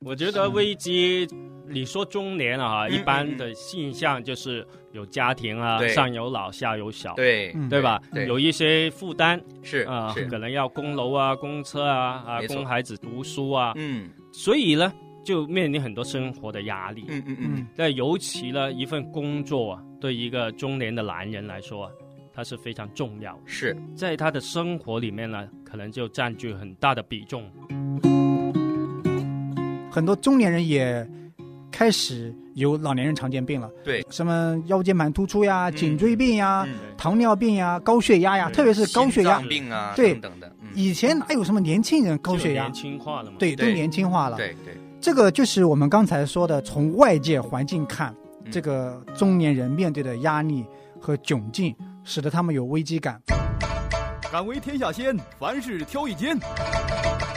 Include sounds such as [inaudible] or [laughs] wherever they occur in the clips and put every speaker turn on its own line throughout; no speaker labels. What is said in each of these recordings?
我觉得危机，你说中年了哈，一般的现象就是有家庭
嗯
啊
对，
上有老下有小，
对
嗯
对吧？
对
有一些负担
是
啊，
是，
可能要供楼啊、供车啊、啊
没错
供孩子读书啊，
嗯
所以呢，就面临很多生活的压力。
嗯嗯嗯
嗯，
那尤其呢，一份工作啊，对一个中年的男人来说啊，它是非常重要的，
嗯
是
在他的生活里面呢，可能就占据很大的比重。
很多中年人也开始有老年人常见病了，
对，
什么腰间盘突出呀、
嗯
颈椎病呀、
嗯
糖尿病呀、高血压呀，特别啊是高血压
心脏。病啊
对
等等的，嗯
以前哪有什么年轻人高血
就
压
年？轻化了嘛？
对，都
对
年轻化了。
对对，
这个就是我们刚才说的，从外界环境看，
嗯
这个中年人面对的压力和窘境，使得他们有危机感。
敢为天下先，凡事挑一肩，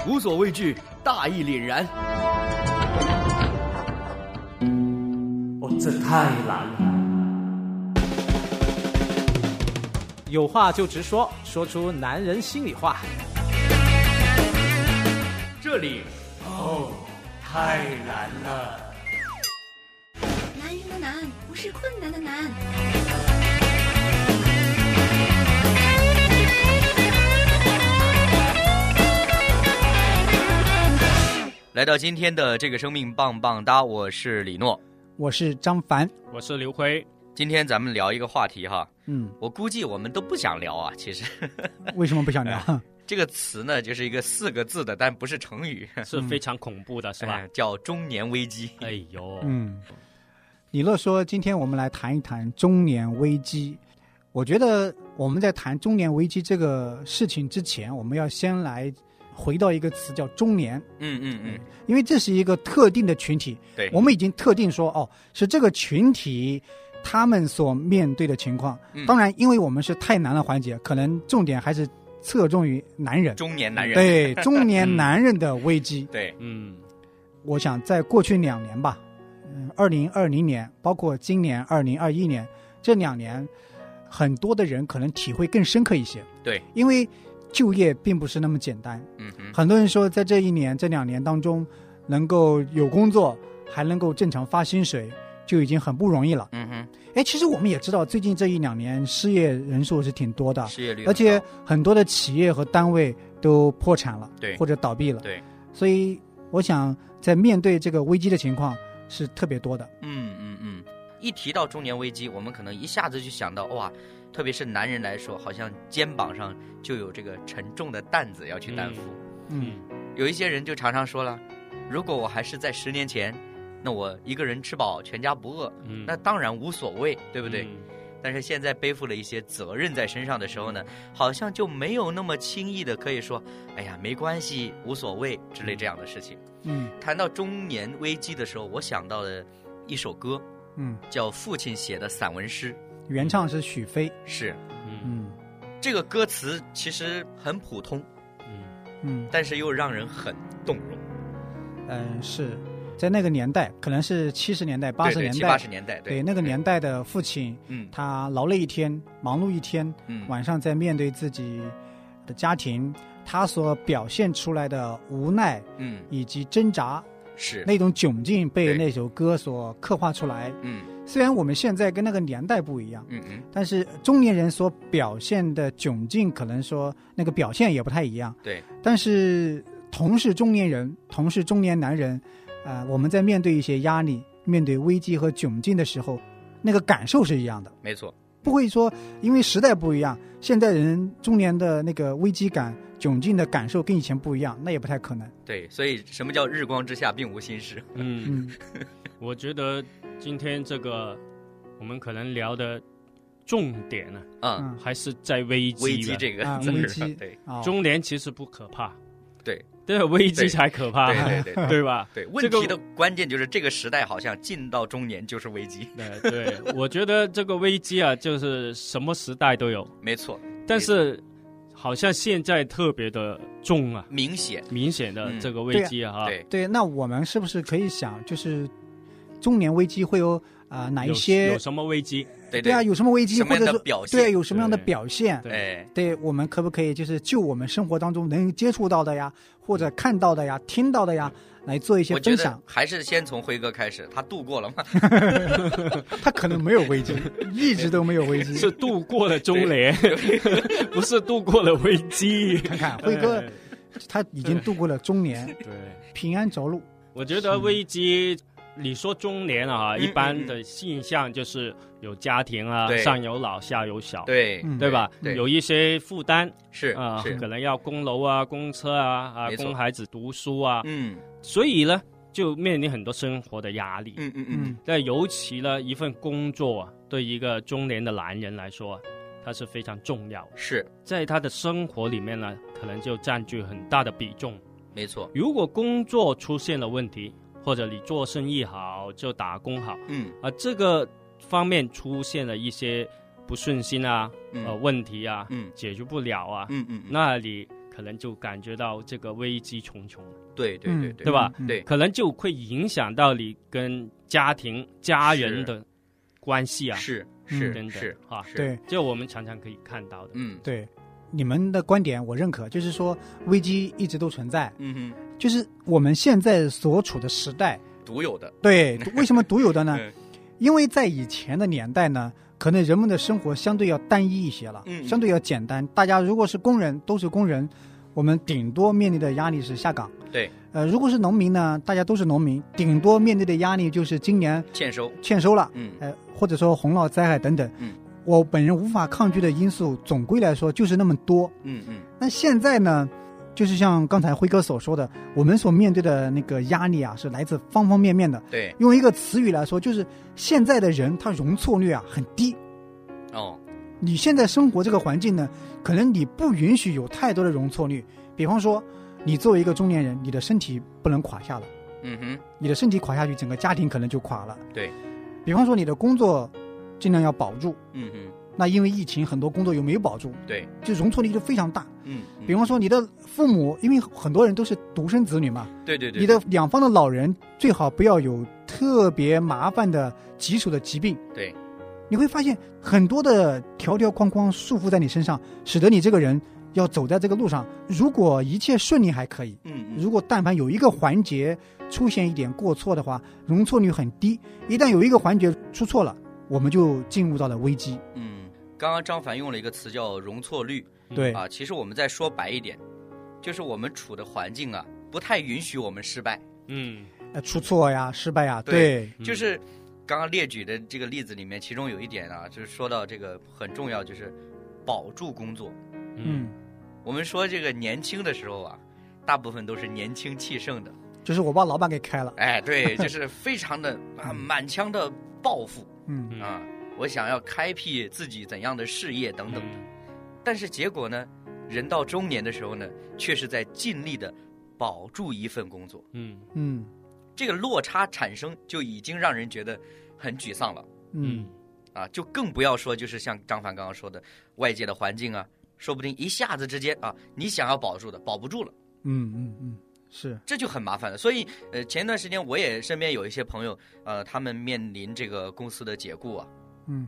无所畏惧，大义凛然。
哦，这太难了。有话就直说，说出男人心里话。
这里
男人的难不是困难的难。
来到今天的这个生命棒棒哒，我是李诺。
我是张凡，
我是刘辉，
今天咱们聊一个话题哈，
嗯，
我估计我们都不想聊啊。其实 [laughs]
为什么不想聊？
这个词呢，就是一个四个字的，但不是成语，
是非常恐怖的，是
嗯
吧
哎？ [laughs] 叫中年危机。
哎呦，
嗯，李乐说，今天我们来谈一谈中年危机。我觉得我们在谈中年危机这个事情之前，我们要先来回到一个词叫中年，
嗯嗯嗯，
因为这是一个特定的群体，
对，
我们已经特定说哦，是这个群体他们所面对的情况。
嗯
当然，因为我们是太难了环节，可能重点还是侧重于男人，
中年男人。嗯
对中
[laughs]
年男人的危机。
对
嗯，
我想在过去两年吧，嗯，二零二零年，包括今年二零二一年这两年，很多的人可能体会更深刻一些。
对，
因为就业并不是那么简单。
嗯嗯，
很多人说，在这一年、这两年当中，能够有工作，还能够正常发薪水，就已经很不容易了。
嗯哼，
哎，其实我们也知道，最近这一两年失业人数是挺多的，
失业率很高，
啊而且很多的企业和单位都破产了，
对
或者倒闭了，
对，
所以我想在面对这个危机的情况是特别多的。
嗯嗯嗯，一提到中年危机，我们可能一下子就想到哇，特别是男人来说，好像肩膀上就有这个沉重的担子要去担负。
嗯，
有一些人就常常说了，如果我还是在十年前，那我一个人吃饱全家不饿，
嗯，
那当然无所谓，对
对
不对？？但是现在背负了一些责任在身上的时候呢，好像就没有那么轻易的可以说，哎呀，没关系，无所谓之类这样的事情。
嗯
谈到中年危机的时候，我想到了一首歌，
嗯，
叫父亲写的散文诗。
原唱是许飞，
是
嗯
嗯
这个歌词其实很普通，
嗯
嗯
但是又让人很动容。
嗯、呃是在那个年代，可能是七十年代、八十
对对
年
七
代，
八十年代，
对那个年代的父亲，
嗯
他劳累一天，忙碌一天，
嗯，
晚上在面对自己的家庭，他所表现出来的无奈
嗯
以及挣扎，
是
那种窘境被
对
那首歌所刻画出来。
嗯
虽然我们现在跟那个年代不一样，
嗯嗯
但是中年人所表现的窘境，可能说那个表现也不太一样。
对，
但是同是中年人，同是中年男人，啊、我们在面对一些压力、面对危机和窘境的时候，那个感受是一样的。
没错，
不会说，因为时代不一样，现在人中年的那个危机感、窘境的感受跟以前不一样，那也不太可能。
对，所以什么叫日光之下并无新事？
嗯，
嗯
我觉得今天这个我们可能聊的重点呢、
嗯，
嗯
还是在危机吧。
危机这个
啊
字儿
危机
对，
啊，
中年其实不可怕，
对，
[laughs] 对危机
对
才可怕，
对
[laughs]
对
[laughs]
对。
对吧？
对，问
这个
题的关键就是这个时代好像进到中年就是危机，
对对，我觉得这个危机啊，就是什么时代都有，
没错，
但是好像现在特别的重啊，
明显
明显的
嗯
这个危机啊哈，
对
对，那我们是不是可以想，就是中年危机会有啊、呃哪一
有
些
有什么
[laughs]
危机？
对
对啊，有什么危机
什么
或
样
者
的
说
表现？
对有啊什么样的
对
表现？
对
哎，
对我们可不可以就是就我们生活当中能接触到的呀，或者看到的呀、听到的呀，来做一些
我觉
分
得
享？
还是先从辉哥开始，他度过了吗？
他可能没有危机，一直都没有危机。
是度过了中年， [laughs] 不是度过了危
[laughs]
机。
看看辉哥，
对
他已经度过了中年，
对，
平安着陆。
我觉得危机，你说中年啊，
嗯
一般的现象就是有家庭啊，
对
上有老下有小，
对，
嗯
对吧？
对
有一些负担
是
啊、
是，
可能要供楼啊、供车啊、啊
没错
供孩子读书啊，
嗯
所以呢，就面临很多生活的压力。
嗯嗯嗯，
嗯，
那尤其呢，一份工作啊，对一个中年的男人来说啊，它是非常重要的。
是
在他的生活里面呢，可能就占据很大的比重。
没错，
如果工作出现了问题，或者你做生意好，就打工好
嗯
啊，这个方面出现了一些不顺心啊，
嗯
呃，问题啊，
嗯
解决不了啊，
嗯嗯，嗯
那你可能就感觉到这个危机重重，
对对
嗯
对对
对吧？
嗯
对，
可能就会影响到你跟家庭、家人的关系啊，
是
嗯
是
等等
是，
哈，
是，
对
这我们常常可以看到的。
嗯
对，你们的观点我认可，就是说危机一直都存在，
嗯哼，
就是我们现在所处的时代，
独有的， [laughs]
对，为什么独有的呢？
嗯
因为在以前的年代呢，可能人们的生活相对要单一一些了，
嗯
相对要简单。大家如果是工人，都是工人，我们顶多面临的压力是下岗。
对，
呃，如果是农民呢，大家都是农民，顶多面对的压力就是今年
欠收，
欠收了，
嗯
呃，或者说洪涝灾害等等。
嗯
我本人无法抗拒的因素，总归来说就是那么多。
嗯嗯，
那现在呢，就是像刚才辉哥所说的，我们所面对的那个压力啊，是来自方方面面的。
对，
用一个词语来说，就是现在的人他容错率啊很低。
哦，
你现在生活这个环境呢，可能你不允许有太多的容错率。比方说，你作为一个中年人，你的身体不能垮下了，
嗯哼，
你的身体垮下去，整个家庭可能就垮了。
对，
比方说你的工作尽量要保住。
嗯哼，
那因为疫情，很多工作又没有保住，
对，
就容错率就非常大。
嗯，嗯
比方说你的父母，因为很多人都是独生子女嘛，
对对对，
你的两方的老人最好不要有特别麻烦的棘手的疾病。
对，
你会发现很多的条条框框束缚在你身上，使得你这个人要走在这个路上，如果一切顺利还可以，
嗯嗯，
如果但凡有一个环节出现一点过错的话，容错率很低。一旦有一个环节出错了，我们就进入到了危机。
嗯，刚刚张凡用了一个词叫容错率，
对，
啊，其实我们再说白一点，就是我们处的环境啊，不太允许我们失败。
嗯，
呃出错呀，失败呀，
对
对，
就
嗯
是刚刚列举的这个例子里面，其中有一点啊，就是说到这个很重要，就是保住工作。
嗯，
我们说这个年轻的时候啊，大部分都是年轻气盛的，
就是我把老板给开了，
哎，对，就是非常的啊，满腔的抱负
嗯
嗯
啊，我想要开辟自己怎样的事业等等。
嗯
但是结果呢，人到中年的时候呢，却是在尽力的保住一份工作。
嗯
嗯
这个落差产生就已经让人觉得很沮丧了
嗯，
啊！就更不要说就是像张凡刚刚说的外界的环境啊，说不定一下子之间啊，你想要保住的保不住了，
嗯嗯嗯，是，
这就很麻烦了。所以呃，前段时间我也身边有一些朋友，呃，他们面临这个公司的解雇啊，
嗯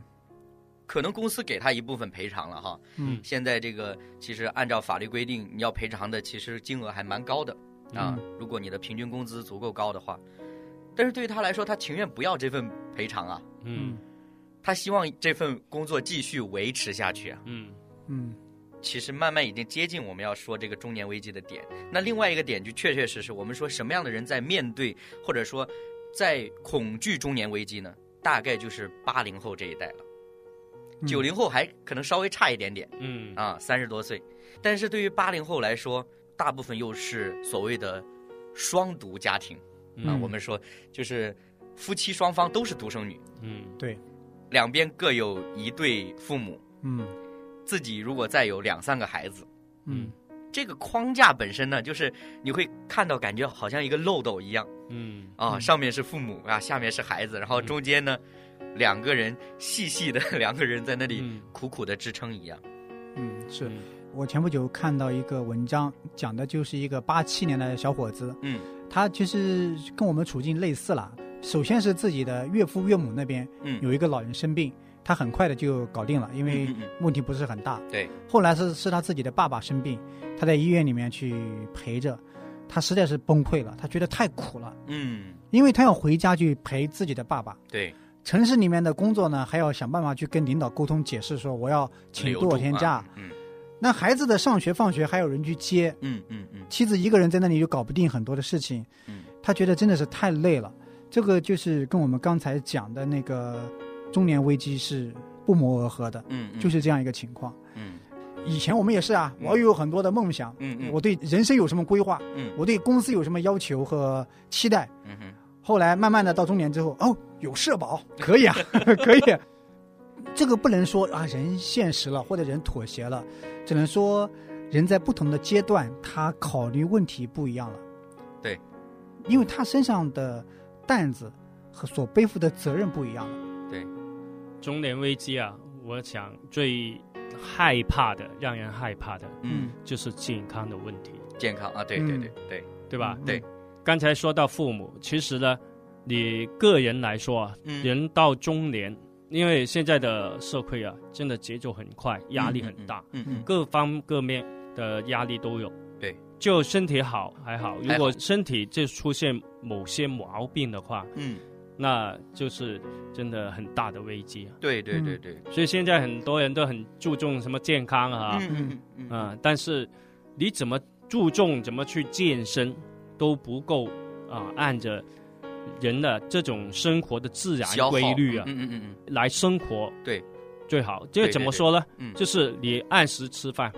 可能公司给他一部分赔偿了哈。
嗯
现在这个其实按照法律规定，你要赔偿的其实金额还蛮高的
嗯
啊，如果你的平均工资足够高的话。但是对于他来说，他情愿不要这份赔偿啊。
嗯
他希望这份工作继续维持下去啊。
嗯
嗯
其实慢慢已经接近我们要说这个中年危机的点。那另外一个点就确确实实，我们说什么样的人在面对或者说在恐惧中年危机呢？大概就是八零后这一代了，
嗯
九零后还可能稍微差一点点
嗯
啊，三十多岁。但是对于八零后来说，大部分又是所谓的双独家庭啊。
嗯
我们说就是夫妻双方都是独生女，
嗯
两边各有一对父母。
嗯
自己如果再有两三个孩子，
嗯
这个框架本身呢，就是你会看到感觉好像一个漏斗一样
嗯，
啊，
嗯
上面是父母啊，下面是孩子，然后中间呢，两个人细细的 [laughs] 两个人在那里
嗯
苦苦的支撑一样。
嗯，是
嗯
我前不久看到一个文章，讲的就是一个八七年的小伙子，
嗯，
他其实跟我们处境类似啦。首先是自己的岳父岳母那边
嗯，
有一个老人生病，他很快的就搞定了，因为
嗯嗯嗯
问题不是很大。
对，
后来是是他自己的爸爸生病，他在医院里面去陪着，他实在是崩溃了，他觉得太苦了，
嗯，
因为他要回家去陪自己的爸爸。
对，
城市里面的工作呢，还要想办法去跟领导沟通解释，说我要请
留
多少
住
天
啊
假。，
嗯
那孩子的上学放学还有人去接，
嗯嗯嗯，
妻子一个人在那里就搞不定很多的事情，
嗯，
他觉得真的是太累了。这个就是跟我们刚才讲的那个中年危机是不谋而合的，
嗯，嗯
就是这样一个情况。
嗯
以前我们也是啊，
嗯
我有很多的梦想，
嗯嗯
我对人生有什么规划，
嗯
我对公司有什么要求和期待。
嗯哼
后来慢慢的到中年之后，哦，有社
[laughs]
保，可 [laughs] 以啊，可以。这个不能说啊，人现实了或者人妥协了，只能说人在不同的阶段，他考虑问题不一样了。
对，
因为他身上的担子和所背负的责任不一样了。
中年危机啊，我想最害怕的，让人害怕的
嗯，
就是健康的问题，
健康啊，对对对对，
对吧？
嗯
对，
刚才说到父母，其实呢，你个人来说啊，
嗯
人到中年，因为现在的社会啊，真的节奏很快，压力很大，，
嗯嗯
各方各面的压力都有。
对，
就身体好还好，如
还好
果身体就出现某些毛病的话，
嗯，
那就是真的很大的危机啊。
对对对对，
所以现在很多人都很注重什么健康啊，
嗯嗯嗯
啊，但是你怎么注重怎么去健身都不够啊，按着人的这种生活的自然
消耗
规律啊、
嗯嗯嗯嗯，
来生活，
对，
最好。这
对
怎么
对
说呢？
嗯
就是你按时吃饭，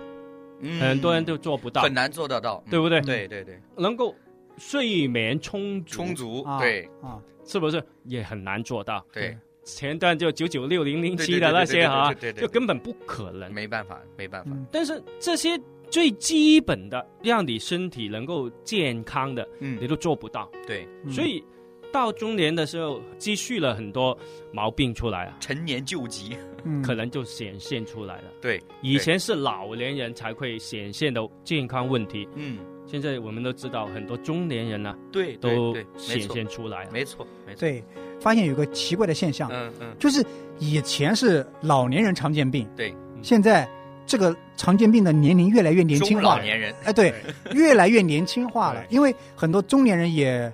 嗯
很多人都做不到
很，难做得到，嗯
对不对
对对对，
能够睡眠充足，
充足
啊，
对
啊，
是不是也很难做到？
对，
前段就九九六零零
对
七
对
的
对对
那些啊
对，对对对
就
对
根本不可能。
没办法，没办法，
嗯
但是这些最基本的，让你身体能够健康的，你
嗯，
都做不到。
对，
嗯
所以到中年的时候，积蓄了很多毛病出来啊，
陈年旧疾，
嗯
可能就显现出来了。
对，
以前是老年人才会显现的健康问题，
嗯，
现在我们都知道，很多中年人呢、啊
对，对
都
对，没
显
错，
现出来了。
没错，没错，
对，发现有个奇怪的现象，
嗯嗯，
就是以前是老年人常见病，
对，
嗯
现在这个常见病的年龄越来越年轻
中
化
老
了。
年人，
哎，对，越来越年轻化了，
对
因为很多中年人也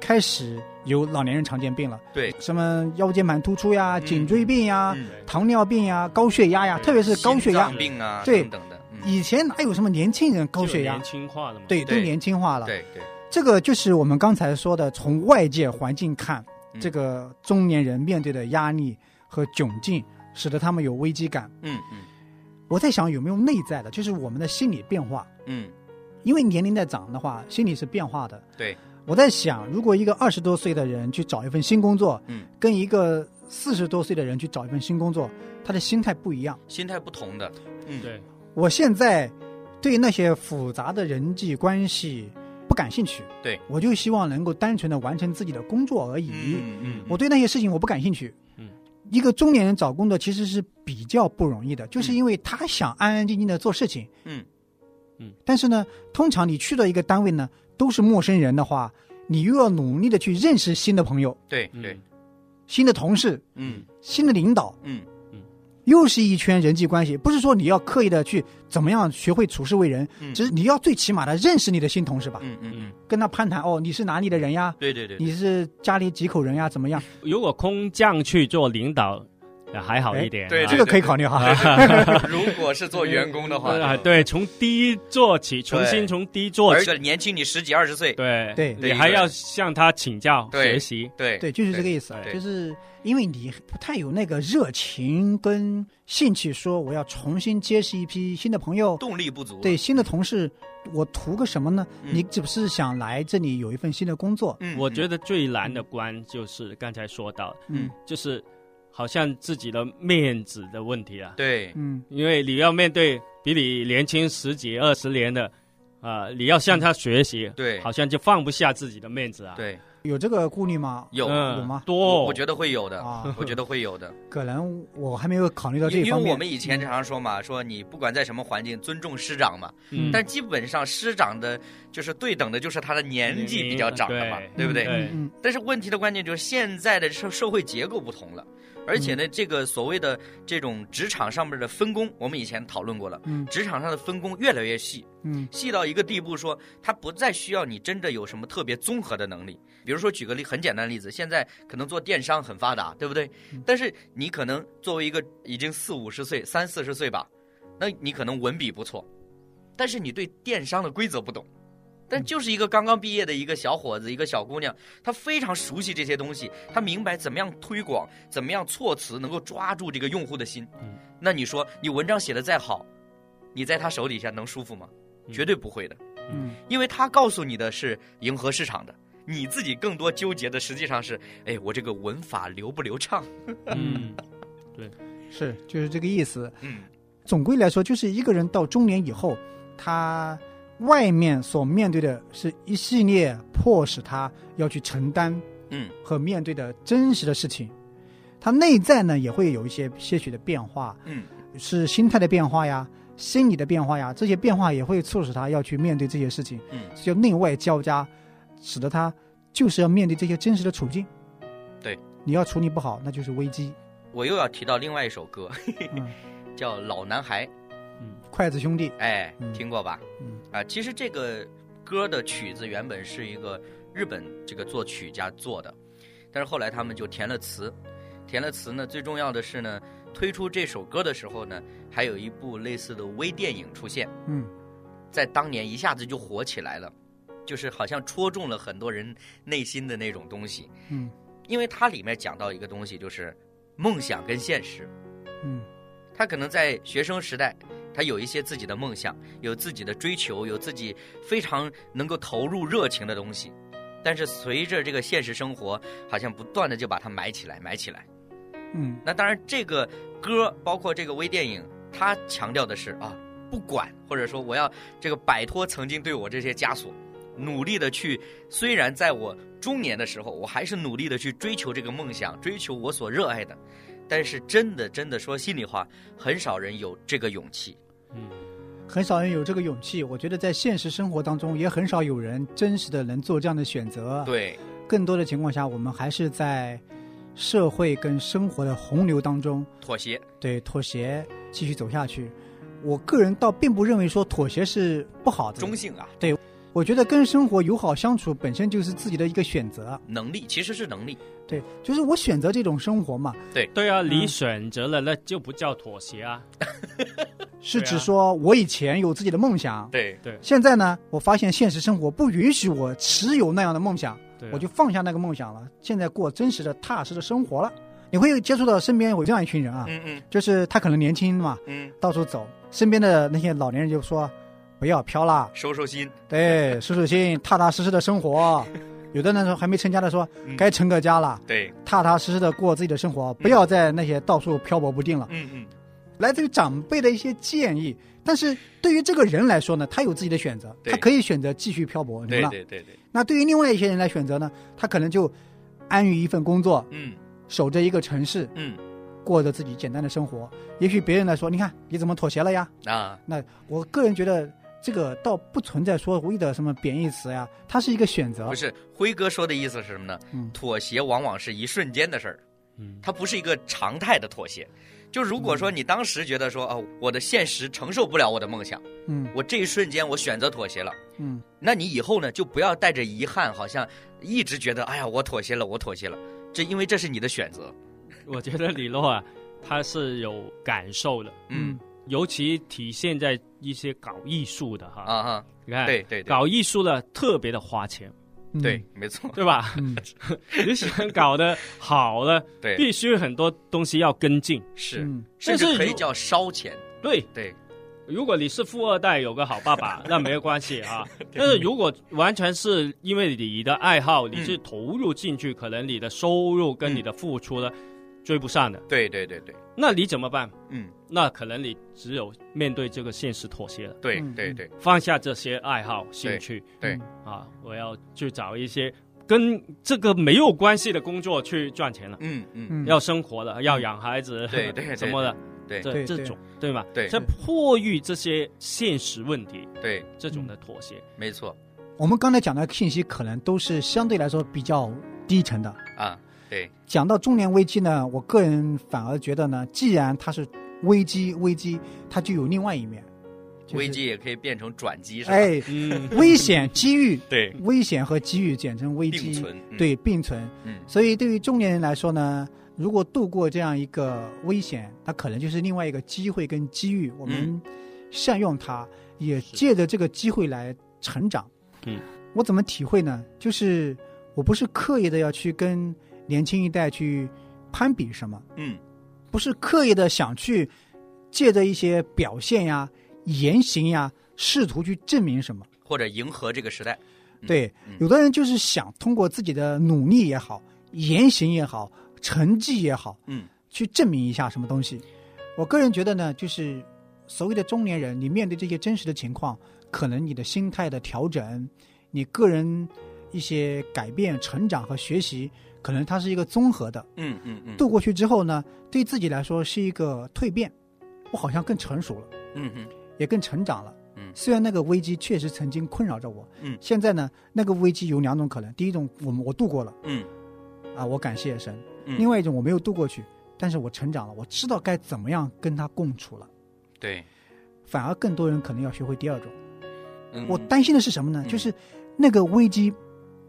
开始有老年人常见病了，
对，
什么腰间盘突出呀、
嗯
颈椎病呀、
嗯
糖尿病呀、高血压呀，特啊别是高血压
心脏，病啊，
对
等等的，嗯，
以前哪有什么年轻人高血
就
压
年？轻化了嘛？，
对，都
对
年轻化了。
对对，
这个就是我们刚才说的，从外界环境看，
嗯
这个中年人面对的压力和窘境，使得他们有危机感。
嗯嗯
我在想有没有内在的，就是我们的心理变化。
嗯，
因为年龄在长的话，心理是变化的。
对，
我在想，如果一个二十多岁的人去找一份新工作，
嗯，
跟一个四十多岁的人去找一份新工作，他的心态不一样。
心态不同的，嗯，
对，
我现在对那些复杂的人际关系不感兴趣，
对
我就希望能够单纯的完成自己的工作而已。
嗯嗯，
我对那些事情我不感兴趣。
嗯，
一个中年人找工作其实是比较不容易的，就是因为他想安安静静的做事情。
嗯
嗯，
但是呢，通常你去到一个单位呢，都是陌生人的话，你又要努力的去认识新的朋友、
对
嗯
对，，
新的同事、
嗯
新的领导，
嗯
又是一圈人际关系。不是说你要刻意的去怎么样学会处事为人，
嗯
只是你要最起码的认识你的新同事吧，
嗯嗯嗯，
跟他攀谈哦，你是哪里的人呀？
对对对，
你是家里几口人呀？怎么样？
如果空降去做领导，呃还好一点啊。
对对
这个可以考虑哈。
[laughs] 如果是做员工的话，
啊， [laughs] 对，从低做起，重新从低做
而
起
且，年轻你十几二十岁，
对
对
你
对
还
对
要向他请教
对
学习，
对
对，就是这个意思，啊
对
就是因为你不太有那个热情跟兴趣，说我要重新结识一批新的朋友，
动力不足，啊
对新的同事，我图个什么呢？
嗯
你只是想来这里有一份新的工作，
嗯，
我觉得最难的关就是刚才说到，
嗯
就是好像自己的面子的问题啊，
对，
嗯
因为你要面对比你年轻十几二十年的，啊、你要向他学习，
对
好像就放不下自己的面子啊。，
对，
有这个顾虑吗？
有，
嗯、
有吗
多、
我我觉得会有的，
啊，
我觉得会有的，
可能我还没有考虑 [laughs] 到这
因
一
因
方
为
面。
我们以前常常说嘛，说你不管在什么环境，尊重师长嘛，
嗯，
但基本上师长的就是对等的，就是他的年纪比较长的嘛
年龄，
对不对？
对
嗯
但是问题的关键就是现在的社社会结构不同了，
嗯
而且呢，这个所谓的这种职场上面的分工，我们以前讨论过了，
嗯
职场上的分工越来越细，
嗯
细到一个地步说，他不再需要你真的有什么特别综合的能力。比如说，举个例很简单的例子，现在可能做电商很发达，对不对？但是你可能作为一个已经四五十岁、三四十岁吧，那你可能文笔不错，但是你对电商的规则不懂。但就是一个刚刚毕业的一个小伙子，一个小姑娘，她非常熟悉这些东西，她明白怎么样推广，怎么样措辞能够抓住这个用户的心。
嗯
那你说你文章写的再好，你在她手底下能舒服吗？
嗯
绝对不会的，
嗯
因为他告诉你的是迎合市场的，你自己更多纠结的实际上是，哎，我这个文法流不流畅？
嗯，
嗯，是就是这个意思。
嗯，
总归来说，就是一个人到中年以后，他外面所面对的是一系列迫使他要去承担，
嗯，
和面对的真实的事情，他内在呢也会有一些些许的变化，
嗯，
是心态的变化呀，心理的变化呀，这些变化也会促使他要去面对这些事情，
嗯
就内外交加，使得他就是要面对这些真实的处境。
对，
你要处理不好，那就是危
[laughs]
机。
我又要提到另外一首歌，
嗯
叫《老男孩》。
筷子兄弟，
哎
嗯，
听过吧？
嗯
啊，其实这个歌的曲子原本是一个日本这个作曲家做的，但是后来他们就填了词，填了词呢，最重要的是呢，推出这首歌的时候呢，还有一部类似的微电影出现，
嗯，
在当年一下子就火起来了，就是好像戳中了很多人内心的那种东西，
嗯
因为它里面讲到一个东西，就是梦想跟现实，
嗯
他可能在学生时代，他有一些自己的梦想，有自己的追求，有自己非常能够投入热情的东西，但是随着这个现实生活，好像不断的就把它埋起来，埋起来。
嗯
那当然，这个歌包括这个微电影，它强调的是啊，不管或者说我要这个摆脱曾经对我这些枷锁，努力的去，虽然在我中年的时候，我还是努力的去追求这个梦想，追求我所热爱的。但是真的真的说心里话，很少人有这个勇气。
嗯，
很少人有这个勇气。我觉得在现实生活当中，也很少有人真实的能做这样的选择。，
对，
更多的情况下，我们还是在社会跟生活的洪流当中，
妥协，
对妥协继续走下去。我个人倒并不认为说妥协是不好的，
中性啊，
我觉得跟生活友好相处本身就是自己的一个选择。
能力其实是能力。
对，就是我选择这种生活嘛，
对啊，你
嗯
选择了，那就不叫妥协啊。
是
对啊
指说我以前有自己的梦想，
对，
现在呢，我发现现实生活不允许我持有那样的梦想。
对啊，
我就放下那个梦想了，现在过真实的、踏实的生活了。你会接触到身边有这样一群人啊，
嗯嗯
就是他可能年轻嘛，
嗯，
到处走，身边的那些老年人就说：“不要
[laughs]
飘啦，
收收心，
对，收收心，踏踏实实的
[laughs]
生活。”有的那时候还没成家的说：“
嗯
该成个家了，
对，
踏踏实实的过自己的生活，不要在那些到处漂泊不定了。
嗯嗯，
来自于长辈的一些建议，但是对于这个人来说呢，他有自己的选择，
对
他可以选择继续漂泊流
对
浪。
对对对，
那对于另外一些人来选择呢，他可能就安于一份工作，
嗯
守着一个城市，
嗯
过着自己简单的生活。也许别人来说，你看你怎么妥协了呀？
啊，
那我个人觉得，这个倒不存在说无意的什么贬义词呀，它是一个选择
不。是辉哥说的意思是什么呢？
嗯
妥协往往是一瞬间的事儿，
嗯
它不是一个常态的妥协。就如果
嗯
说你当时觉得说啊，我的现实承受不了我的梦想，
嗯
我这一瞬间我选择妥协了，
嗯
那你以后呢就不要带着遗憾，好像一直觉得哎呀我妥协了，我妥协了，这因为这是你的选择。
我觉得李诺啊，他是有感受的，
嗯
尤其体现在一些搞艺术的哈。
啊哈，
你
哎
看，
对对对
搞艺术的特别的花钱，
嗯
对，没错，
对吧？ [laughs]
嗯
你想搞得好了，
对
必须很多东西要跟进。
[laughs] 是，
嗯
甚
但
至
是
可以
如
叫烧钱。
对，
对，
如果你是富二代，有个好爸爸，那没有关系
[laughs]
啊。但是如果完全是因
嗯
为你的爱好，你是投入进去，可能你的收入跟你的付出呢，追不上的，
对对对对，
那你怎么办？
嗯，
那可能你只有面对这个现实妥协了，
对
嗯
对
嗯
对，
放下这些爱好兴趣
对
啊，我要去找一些跟这个没有关系的工作去赚钱了，
嗯嗯，
嗯，
要生活了，要养孩子，
对对对
什么的，
对
这
对
这种对吧？
对
这迫于这些现实问题，
对，
这种的妥协，
没错
我们刚才讲的信息可能都是相对来说比较低层的。
啊，对，
讲到中年危机呢，我个人反而觉得呢，既然它是危机，危机它就有另外一面，就是
危机也可以变成转机是吧？
哎，
嗯，
[laughs] 危险、机遇、
对，
危险和机遇简称危
并
机，
存，嗯，
对并存。
嗯
所以对于中年人来说呢，如果度过这样一个危险，它可能就是另外一个机会跟机遇，我
嗯
们善用它，也
是
借着这个机会来成长。
嗯，
我怎么体会呢？就是我不是刻意的要去跟年轻一代去攀比什么，
嗯
不是刻意的想去借着一些表现呀、言行呀，试图去证明什么。
或者迎合这个时代，嗯
对
嗯，
有的人就是想通过自己的努力也好、言行也好、成绩也好，
嗯，
去证明一下什么东西。我个人觉得呢，就是所谓的中年人，你面对这些真实的情况，可能你的心态的调整，你个人一些改变、成长和学习，可能它是一个综合的。
嗯嗯嗯，
度过去之后呢，对自己来说是一个蜕变，我好像更成熟了。
嗯嗯
也更成长了。
嗯
虽然那个危机确实曾经困扰着我，
嗯
现在呢，那个危机有两种可能：第一种，我们我度过了
嗯
啊，我感谢神；
嗯，
另
为
外一种，我没有度过去，但是我成长了，我知道该怎么样跟他共处了。
对，
反而更多人可能要学会第二种。
嗯
我担心的是什么呢？
嗯
就是那个危机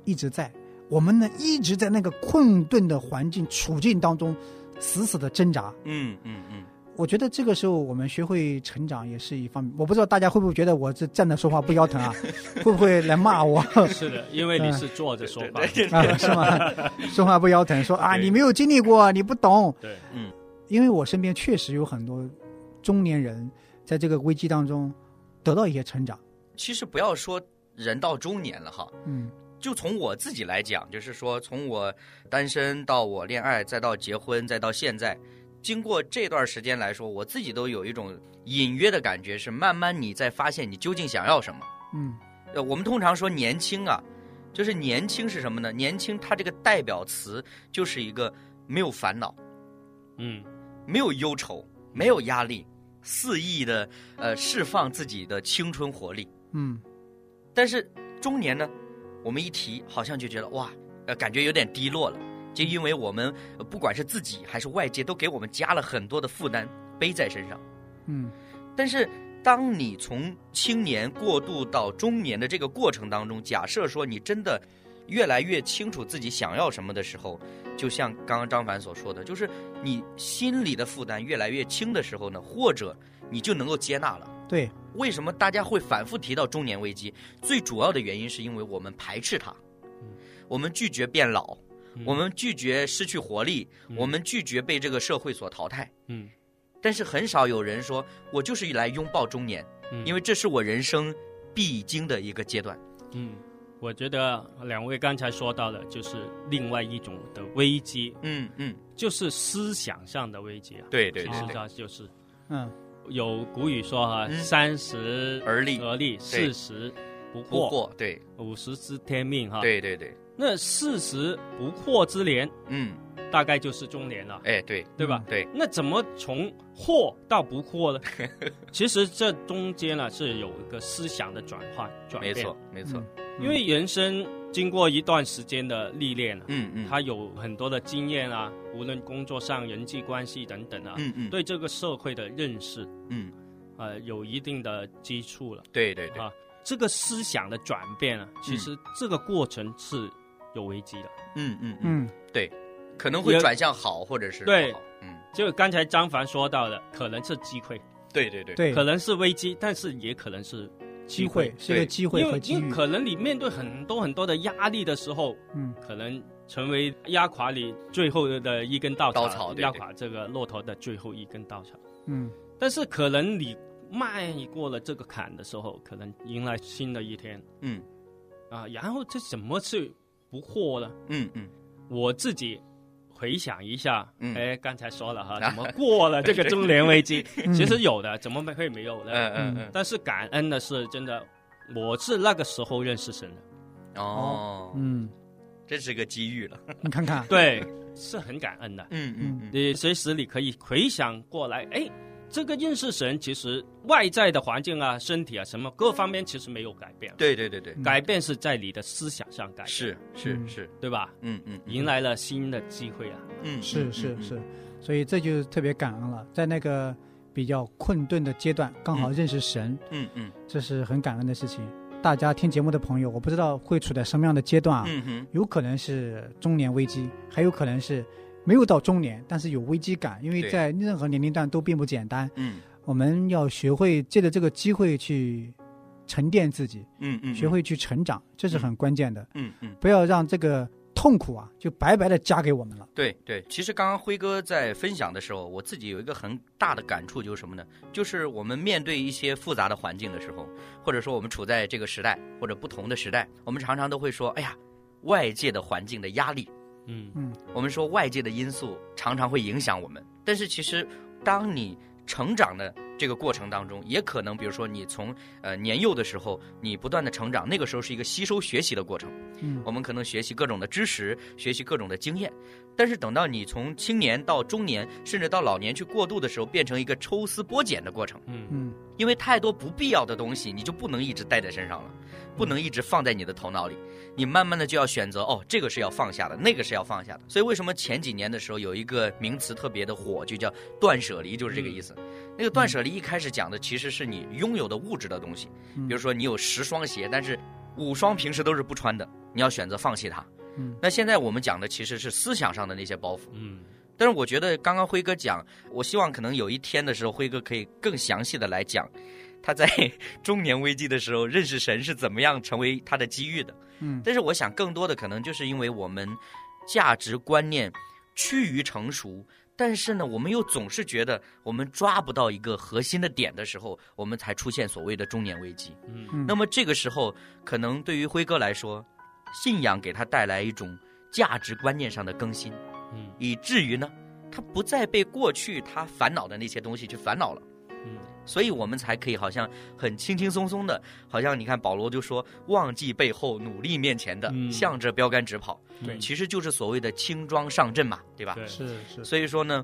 一直在，我们呢一直在那个困顿的环境处境当中死死的挣扎。
嗯嗯嗯，
我觉得这个时候我们学会成长也是一方面。我不知道大家会不会觉得我这站着说话不腰疼啊？会不会来骂我
[laughs] 是的，因为你是坐着说话，
啊？是吗？说话不腰疼，说啊你没有经历过，你不懂。
对，
因为我身边确实有很多中年人在这个危机当中得到一些成长。
[laughs] 其实不要说人到中年了哈，
嗯
就从我自己来讲，就是说从我单身到我恋爱，再到结婚，再到现在，经过这段时间来说，我自己都有一种隐约的感觉，是慢慢你在发现你究竟想要什么。
嗯
呃，我们通常说年轻啊，就是年轻是什么呢？年轻它这个代表词就是一个没有烦恼、
嗯，
没有忧愁、没有压力，肆意的呃释放自己的青春活力。
嗯，
但是中年呢，我们一提好像就觉得哇，呃，感觉有点低落了，就因为我们呃不管是自己还是外界，都给我们加了很多的负担背在身上。
嗯
但是当你从青年过渡到中年的这个过程当中，假设说你真的越来越清楚自己想要什么的时候，就像刚刚张凡所说的，就是你心里的负担越来越轻的时候呢，或者你就能够接纳了。
对，
为什么大家会反复提到中年危机？最主要的原因是因为我们排斥它，我们拒绝变老，
嗯
我们拒绝失去活力，
嗯
我们拒绝被这个社会所淘汰。
嗯，
但是很少有人说我就是来拥抱中年，
嗯
因为这是我人生必经的一个阶段。
嗯，我觉得两位刚才说到的就是另外一种的危机，
嗯嗯，
就是思想上的危机啊。
对对
其
对
实
对，
它就是
嗯
有古语说哈，
嗯
三十
而立
而立，四十不
不
惑，
过对
五十知天命哈。，
对对对，
那四十不惑之年，
嗯，
大概就是中年了，
哎对
对吧？
对，
那怎么从惑到不惑呢？
[laughs]
其实这中间呢是有一个思想的转换转
没
变，嗯
错嗯没错，
因为人生经过一段时间的历练啊，
嗯嗯，
他有很多的经验啊，无论工作上、人际关系等等啊，
嗯嗯
对这个社会的认识，
嗯
呃，有一定的基础了。
对对对
啊，这个思想的转变啊，其实这个过程是有危机的。
嗯嗯嗯，
嗯
可能会
也
转向好或者是不
对
好，嗯
就刚才张凡说到的，可能是机会，
对对对，
对
可，能是危机，但是也可能是
机会是一
对
个机会
因
和
为
机
因为
遇。
可能你面对很多很多的压力的时候，
嗯
可能成为压垮你最后的一根稻草，
稻草对
压
对
垮这个骆驼的最后一根稻草。
嗯
但是可能你迈过了这个坎的时候，可能迎来新的一天
嗯
啊。然后这怎么是不惑呢？
嗯嗯
我自己回想一下，
嗯啊
哎，刚才说了哈，怎么过了这个中年
[laughs]
危机？ [laughs] 其实有的，怎么没会没有
嗯
的？
嗯嗯，
但是感恩的是，真的，我是那个时候认识神的，
哦，
嗯，
这是个机遇了。
你看看，
对，是很感恩的。
嗯嗯嗯，
你随时你可以回想过来，哎，这个认识神其实外在的环境啊、身体啊什么各方面其实没有改变，
对对对对，
[laughs] 改变是在你的思想上改变，
是是是，
对吧？
嗯嗯，嗯
迎，来了新的机会啊，
嗯，
是
嗯
是，
嗯
是，所以这就特别感恩了，在那个比较困顿的阶段，刚好
嗯
认识神，
嗯嗯
这是很感恩的事情。大家听节目的朋友，我不知道会处在什么样的阶段啊，
嗯哼，
有可能是中年危机，还有可能是没有到中年，但是有危机感，因为
对
在任何年龄段都并不简单。
嗯
我们要学会借着这个机会去沉淀自己，
嗯嗯，
学，会去成长，这是很关键的。
嗯嗯。
不要让这个痛苦啊，就白白的加给我们了。
对对，其实刚刚辉哥在分享的时候，我自己有一个很大的感触，就是什么呢？就是我们面对一些复杂的环境的时候，或者说我们处在这个时代或者不同的时代，我们常常都会说：“哎呀，外界的环境的压力。”
嗯，
我们说外界的因素常常会影响我们，但是其实当你成长的这个过程当中，也可能比如说你从呃年幼的时候，你不断的成长，那个时候是一个吸收学习的过程，
嗯
我们可能学习各种的知识，学习各种的经验。但是等到你从青年到中年，甚至到老年去过渡的时候，变成一个抽丝剥茧的过程。
嗯，
因为太多不必要的东西，你就不能一直带在身上了，不能一直放在你的头脑里，你慢慢的就要选择哦，这个是要放下的，那个是要放下的。所以为什么前几年的时候有一个名词特别的火，就叫断舍离，就是这个意思。那个断舍离一开始讲的其实是你拥有的物质的东西，
嗯
比如说你有十双鞋，但是五双平时都是不穿的，你要选择放弃它。
嗯
那现在我们讲的其实是思想上的那些包袱。
嗯，
但是我觉得刚刚辉哥讲，我希望可能有一天的时候，辉哥可以更详细的来讲，他在 [laughs] 中年危机的时候认识神是怎么样成为他的机遇的。
嗯
但是我想更多的可能就是因为我们价值观念趋于成熟，但是呢，我们又总是觉得我们抓不到一个核心的点的时候，我们才出现所谓的中年危机。
嗯
那么这个时候，可能对于辉哥来说，信仰给他带来一种价值观念上的更新。
嗯
以至于呢，他不再被过去他烦恼的那些东西去烦恼了。
嗯，
所以我们才可以好像很轻轻松松的，好像你看保罗就说忘记背后，努力面前的，
嗯
向着标杆直跑。
对
其实就是所谓的轻装上阵嘛，对吧？
对
是是
所以说呢，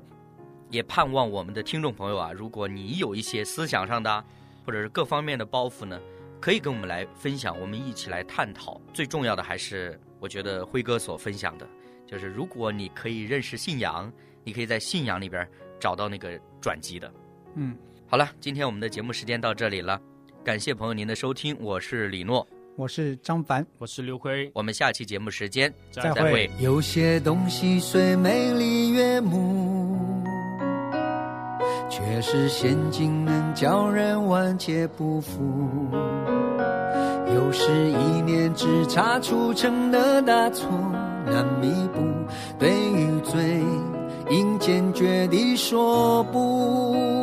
也盼望我们的听众朋友啊，如果你有一些思想上的啊、或者是各方面的包袱呢，可以跟我们来分享，我们一起来探讨。最重要的还是，我觉得辉哥所分享的，就是如果你可以认识信仰，你可以在信仰里边找到那个转机的。
嗯，
好了，今天我们的节目时间到这里了，感谢朋友您的收听，我是李诺，
我是张凡，
我是刘辉，
我们下期节目时间
再
再
会
会。
有些东西虽美丽悦目，却是陷阱能叫人万劫不复。有时一念之差铸成的大错难弥补，对与罪应坚决地说不。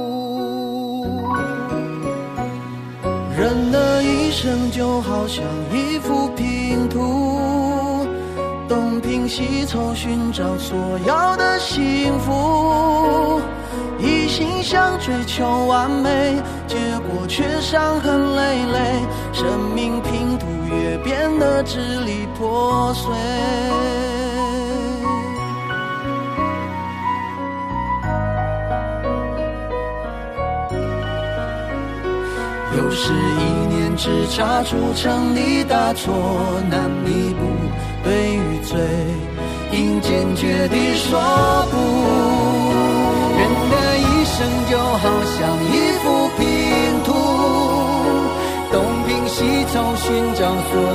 人的一生就好像一幅拼图，东拼西凑寻找所要的幸福，一心想追求完美，结果却伤痕累累，生命拼图也变得支离破碎。有时一念之差铸成的大错难弥补，对与罪应坚决地说不。人的一生就好像一幅拼图，东拼西凑寻找所